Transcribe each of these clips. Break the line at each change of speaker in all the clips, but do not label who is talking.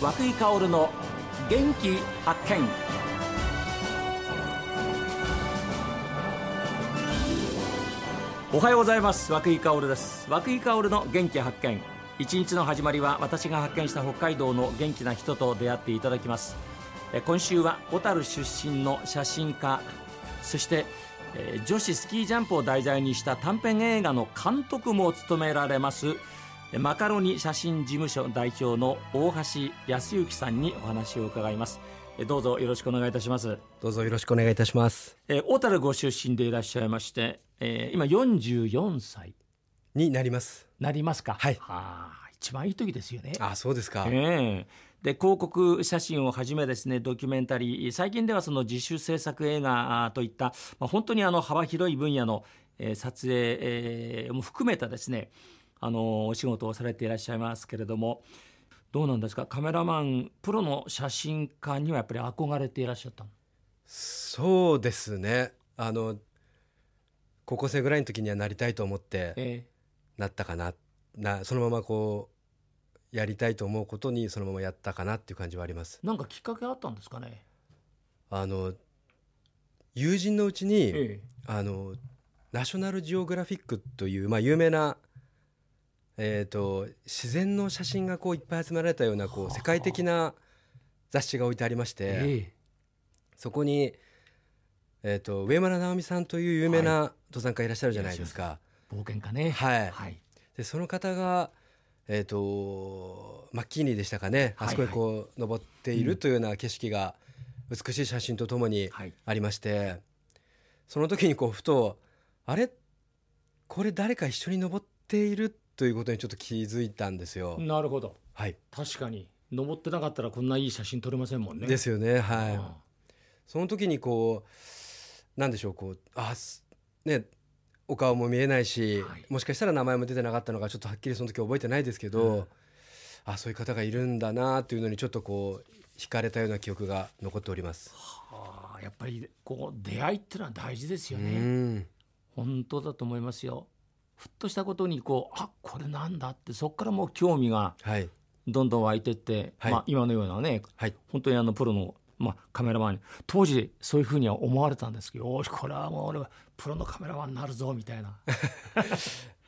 和久井薫の元気発見おはようございます和久井薫です和久井薫の元気発見一日の始まりは私が発見した北海道の元気な人と出会っていただきますえ今週は小樽出身の写真家そしてえー女子スキージャンプを題材にした短編映画の監督も務められますえマカロニ写真事務所代表の大橋康之さんにお話を伺いますえどうぞよろしくお願いいたします
どうぞよろしくお願いいたします。
えー小樽ご出身でいらっしゃいまして、えー今44歳
になります。
なりますか
はい
あー一番いい時ですよね
あ、そうですか。
ええで広告写真をはじめですねドキュメンタリー最近ではその自主制作映画あといった、まあ、本当にあの幅広い分野の、えー撮影、えーも含めたですねあのお仕事をされていらっしゃいますけれどもどうなんですかカメラマンプロの写真家にはやっぱり憧れていらっしゃったの
そうですね。あの高校生ぐらいの時にはなりたいと思って
え
なったかな。なそのままこうやりたいと思うことにそのままやったかなっていう感じはあります。
ーなんかきっかけあったんですかね
あの友人のうちに、
え
あのナショナルジオグラフィックというまあ有名なえー、と自然の写真がこういっぱい集められたようなこ
は
う
あ
世界的な雑誌が置いてありまして、
え
そこに、えー、と上村直美さんという有名な登山家いらっしゃるじゃないですか。
冒険家ね
はい、
はい
でその方が、えー、とマッキーニーでしたかね
はい
あそこへこう、登っているというような景色が美しい写真とともに
はい
ありまして、その時にこうふとあれこれ誰か一緒に登っているということにちょっと気づいたんですよ。
なるほど
はい、
確かに登ってなかったらこんないい写真撮れませんもんね
ですよね。はい、
うん
その時にこうなんでしょうこうあすねお顔も見えないし、
はい
もしかしたら名前も出てなかったのかちょっとはっきりその時覚えてないですけど、
うん
あそういう方がいるんだなというのにちょっとこう惹かれたような記憶が残っております。
あーやっぱりこう出会いってのは大事です
う
よね、
ん
本当だと思いますよふっとしたことにこうあこれなんだってそこからもう興味が
はい
どんどん湧いてって、
はい
まあ、今のようなね
はい
本当にあのプロの、まあ、カメラマンに当時そういうふうには思われたんですけどよしこれはもう俺はプロのカメラマンになるぞみたい な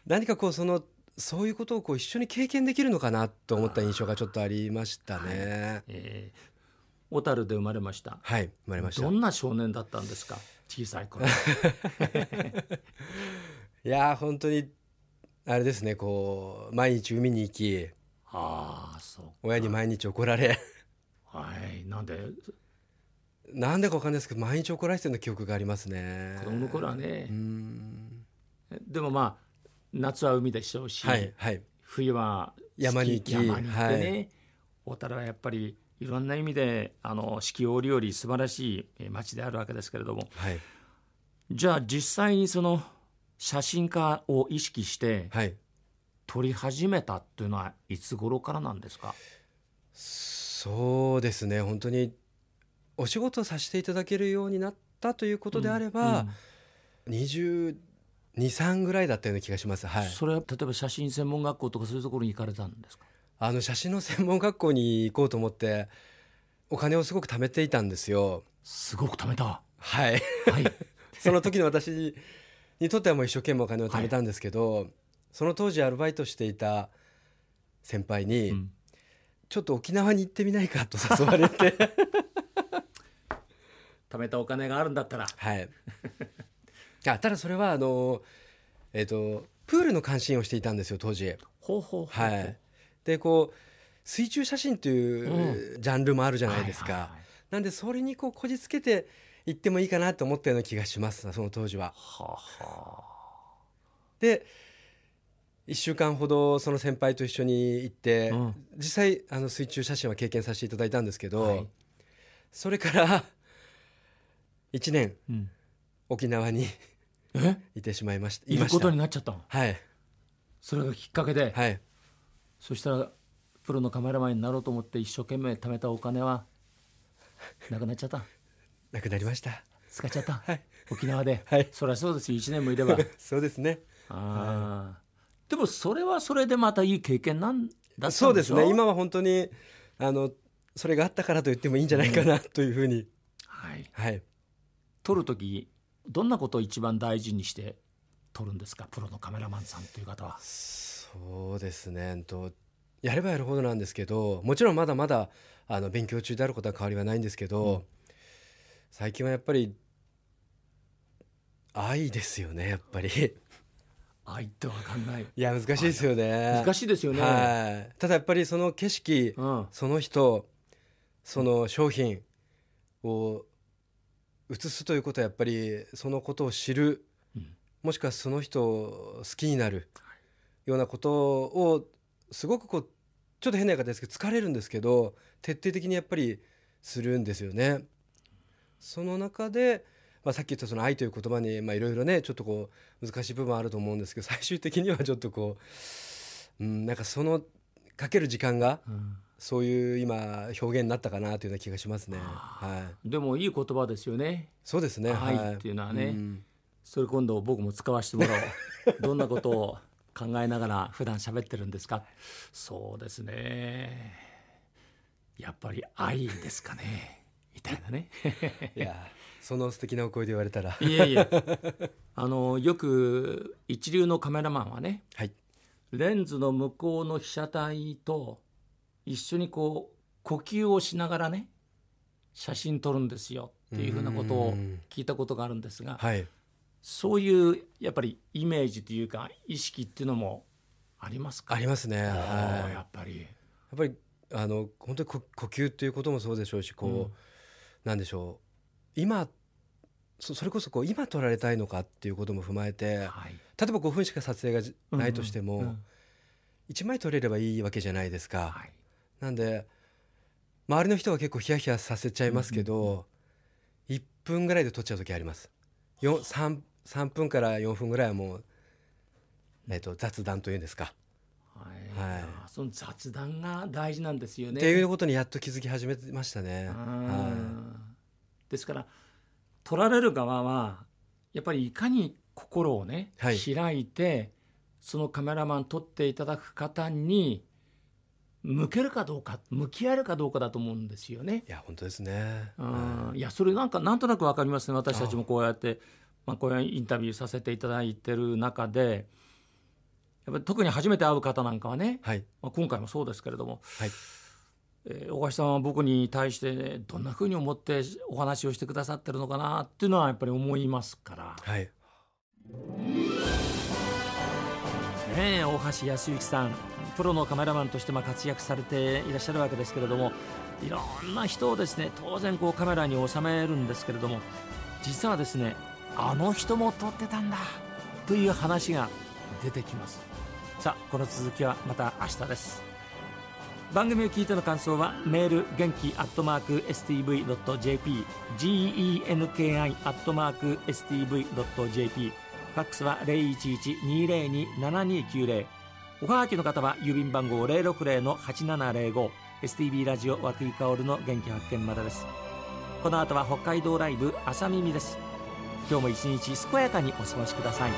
何かこうそのそういうことをこう一緒に経験できるのかなと思った印象がちょっとありましたね。
えー小樽、で生まれました
はい、生まれました。
どんな少年だったんですか小さい 頃
いやー本当にあれですねこう毎日海に行き
ああそ
親に毎日怒られ。
うはいなんで
なんでかわかんないですけど毎日怒られてるの記憶がありますね
子供の頃はね
うー、ん
でもまあ夏は海でしょうし、
はいはい
冬はスキー
山に行き
山に行ってね、小樽はやっぱりいろんな意味であの四季折々素晴らしいえー街であるわけですけれども
はい
じゃあ実際にその写真家を意識して
はい
撮り始めたっていうのはいつ頃からなんですか
そうですね本当にお仕事させていただけるようになったということであれば、22、3ぐらいだったような気がしますは
うん
い
それは例えば写真専門学校とかそういうところに行かれたんですか
あの写真の専門学校に行こうと思ってお金をすごく貯めていたんですよ
すごく貯めたは
はい
い
その時の私にとってはもう一生懸命お金を貯めたんですけど、その当時アルバイトしていた先輩に、
うん
ちょっと沖縄に行ってみないかと誘わ れて
貯めたお金があるんだったら
はいあただそれはあのえっ、とプールの監視員をしていたんですよ当時
ほうほうほうほう
はいでこう水中写真というジャンルもあるじゃないですか、
ははは
なんでそれにこうこじつけて行ってもいいかなと思ったような気がしますその当時は
はあは
で1週間ほどその先輩と一緒に行って、
うん
実際あの水中写真は経験させていただいたんですけ
あ
ど、
はい
それから1年
うん
沖縄に
え
いてしまいました。
い
いま
る
し
こと
た
になっちゃったの
はい。
それがきっかけで、
はい。
そしたらプロのカメラマンになろうと思って一生懸命貯めたお金はなくなっちゃった
なくなりました。
使っちゃった、
はい
沖縄で、
はい
そりゃそうですよ1年もいれば
そうですね。
あーでもそれはそれでまたいい経験なんだったんでしょ
そうですね。今は本当に、あの、それがあったからと言ってもいいんじゃないかなというふうに、
はい、
はい、
撮る時どんなことを一番大事にして撮るんですかプロのカメラマンさんという方は。
そうですねとやればやるほどなんですけどもちろんまだまだあの勉強中であることは変わりはないんですけ
う
ど、
ん
最近はやっぱり愛ですよねやっぱ りい
愛ってわかんない
や難しいですよね
難しいですよね。
はいただやっぱりその景色
うん
その人その商品を映すということはやっぱりそのことを知る
うん
もしくはその人を好きになるようなことをすごくこうちょっと変な言い方ですけど疲れるんですけど徹底的にやっぱりするんですよね。その中で、まあ、さっき言ったその愛という言葉にまあいろいろねちょっとこう難しい部分はあると思うんですけど最終的にはちょっとこう、うん、なんかそのかける時間が
うん
そういう今表現になったかなというような気がしますね。
あ
はい、
でもいい言葉ですよね。
そうですね。
愛っていうのはね
ん
それ今度僕も使わせてもらお うどんなことを考えながら普段喋ってるんですかそうですねやっぱり愛ですかねみたいなね
いや、その素敵なお声で言われたら、
いえいえあのよく一流のカメラマンはね
はい、
レンズの向こうの被写体と一緒にこう呼吸をしながらね写真撮るんですよっていうふうなことを聞いたことがあるんですが
はい、
そういうやっぱりイメージというか意識っていうのもありますか。
ありますね。
あー
はい、
や
や
っぱり。
っぱりあの本当にこ呼吸っていうこともそうでしょうし、こう、
うん
なんでしょう。今そそれこそこう今撮られたいのかっていうことも踏まえて、
はい。
例えば5分しか撮影がじないとして
うんう
も
ん、
1枚撮れればいいわけじゃないですか。
はい。
なんで周りの人は結構ヒヤヒヤさせちゃいますけど、1分ぐらいで撮っちゃう時あります 3, 3分から4分ぐらいはもう、えっと雑談というんですか、
はい。
は
あ
い
ーその雑談が大事なんですよね。
っていうことにやっと気づき始めましたね、は
うんですから取られる側はやっぱりいかに心をね、
はい
開いてそのカメラマン撮っていただく方に向けるかどうか向き合えるかどうかだと思うんですよね。
い、いや本当ですね、
うん
はい
やそれなんかなんとなくわかりますね私たちもこうやってまあ、こういうインタビューさせていただいてる中でやっぱり特に初めて会う方なんかはね、
はい
まあ、今回もそうですけれども、
はい
えー大橋さんは僕に対してどんなふうに思ってお話をしてくださってるのかなっていうのはやっぱり思いますから。
はい、
ねえ大橋康之さんプロのカメラマンとしてまあ活躍されていらっしゃるわけですけれどもいろんな人をですね当然こうカメラに収めるんですけれども実はですねあの人も撮ってたんだという話が出てきますさあこの続きはまた明日です番組を聞いての感想はメール元気アットマーク STV.jp genki アットマーク STV.jp ファックスは011-202-7290おはがきの方は郵便番号060-8705 STB ラジオ和久井薫の元気発見までですこの後は北海道ライブ朝耳です今日も一日健やかにお過ごしください